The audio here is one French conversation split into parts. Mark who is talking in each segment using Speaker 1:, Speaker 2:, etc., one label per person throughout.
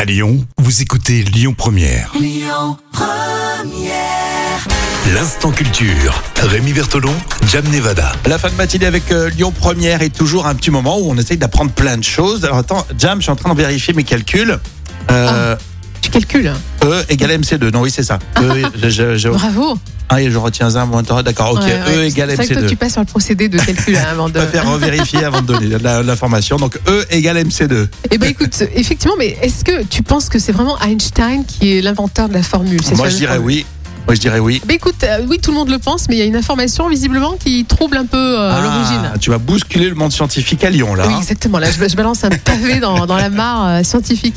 Speaker 1: À Lyon, vous écoutez Lyon Première. Lyon Première. L'instant culture. Rémi Bertolon, Jam Nevada.
Speaker 2: La fin de matinée avec euh, Lyon Première est toujours un petit moment où on essaye d'apprendre plein de choses. Alors attends, Jam, je suis en train de vérifier mes calculs. Euh,
Speaker 3: Tu calcules.
Speaker 2: E égale MC2. Non, oui, c'est ça. E, je, je, je-
Speaker 3: Bravo.
Speaker 2: ah, et je retiens un moins D'accord, ok.
Speaker 3: Ouais, ouais.
Speaker 2: E égale
Speaker 3: C'est vrai que toi,
Speaker 2: MC2.
Speaker 3: tu passes sur le procédé de calcul hein, avant de.
Speaker 2: Je préfère revérifier avant de donner la- l'information. Donc E égale MC2.
Speaker 3: Eh ben écoute, effectivement, mais est-ce que tu penses que c'est vraiment Einstein qui est l'inventeur de la formule cette
Speaker 2: Moi, je
Speaker 3: fameuse
Speaker 2: dirais
Speaker 3: formule
Speaker 2: oui. Moi, je dirais oui.
Speaker 3: Ben écoute, euh, oui, tout le monde le pense, mais il y a une information visiblement qui trouble un peu euh,
Speaker 2: Ah,
Speaker 3: l'origine.
Speaker 2: Tu vas bousculer le monde scientifique à Lyon, là.
Speaker 3: Oui,
Speaker 2: hein.
Speaker 3: exactement. Là, je, je balance un pavé dans, dans la mare euh, scientifique.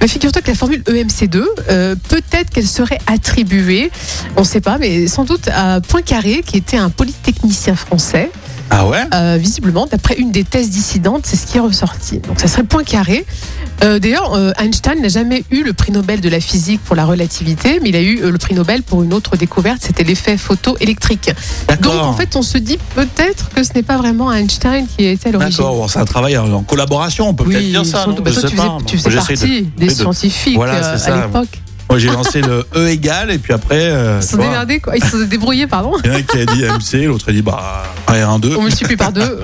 Speaker 3: Mais figure-toi que la formule E EMC2, euh, peut-être qu'elle serait attribuée, on ne sait pas, mais sans doute à Poincaré, qui était un polytechnicien français.
Speaker 2: Ah ouais
Speaker 3: Euh, visiblement, d'après une des thèses dissidentes, c'est ce qui est ressorti. Donc ça serait Poincaré. Euh, D'ailleurs, euh, Einstein n'a jamais eu le prix Nobel de la physique pour la relativité, mais il a eu euh, le prix Nobel pour une autre découverte, c'était l'effet photoélectrique. Euh, Donc
Speaker 2: D'accord.
Speaker 3: en fait, on se dit peut-être que ce n'est pas vraiment Einstein qui était à l'origine.
Speaker 2: D'accord, bon, c'est un travail en en collaboration, on peut peut-être
Speaker 3: Oui,
Speaker 2: dire ça.
Speaker 3: sans
Speaker 2: non
Speaker 3: doute. Bah,
Speaker 2: Je
Speaker 3: toi,
Speaker 2: sais
Speaker 3: tu
Speaker 2: pas.
Speaker 3: faisais, tu faisais
Speaker 2: J'essaie de-
Speaker 3: partie des
Speaker 2: de-
Speaker 3: scientifiques
Speaker 2: Voilà,
Speaker 3: euh,
Speaker 2: c'est ça.
Speaker 3: à l'époque.
Speaker 2: Moi, j'ai lancé le E égale, et puis après. euh,
Speaker 3: Ils se
Speaker 2: tu
Speaker 3: sont
Speaker 2: vois,
Speaker 3: démerdés, quoi. Ils se sont débrouillés, pardon.
Speaker 2: il y en a qui a dit MC, l'autre a dit bah, 1, 2.
Speaker 3: On multiplie par deux.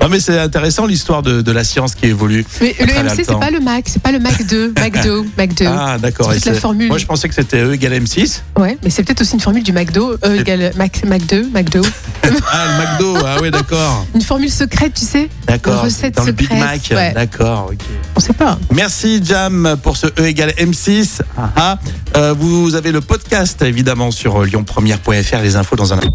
Speaker 2: Non, mais c'est intéressant l'histoire de, de la science qui évolue.
Speaker 3: Mais
Speaker 2: À
Speaker 3: le
Speaker 2: travers le
Speaker 3: MC,
Speaker 2: temps.
Speaker 3: c'est pas le Mac, c'est pas le Mac 2, Mac 2, Mac 2.
Speaker 2: Ah, d'accord. et
Speaker 3: C'est Mm. toute la
Speaker 2: c'est-
Speaker 3: formule.
Speaker 2: Moi, je pensais que c'était E égale M6.
Speaker 3: Ouais, mais c'est peut-être aussi une formule du McDo, E égale Mac, McDo, McDo.
Speaker 2: Ah, le McDo. ah, ouais, d'accord.
Speaker 3: Une formule secrète, tu sais
Speaker 2: D'accord.
Speaker 3: Recette
Speaker 2: Dans le Big
Speaker 3: secrète,
Speaker 2: Mac.
Speaker 3: ouais.
Speaker 2: D'accord, ok.
Speaker 3: On sait pas.
Speaker 2: Merci Jam pour ce E égale M6. Ah, ah. Euh, vous avez le podcast évidemment sur euh, lyonpremière.fr, les infos dans un instant.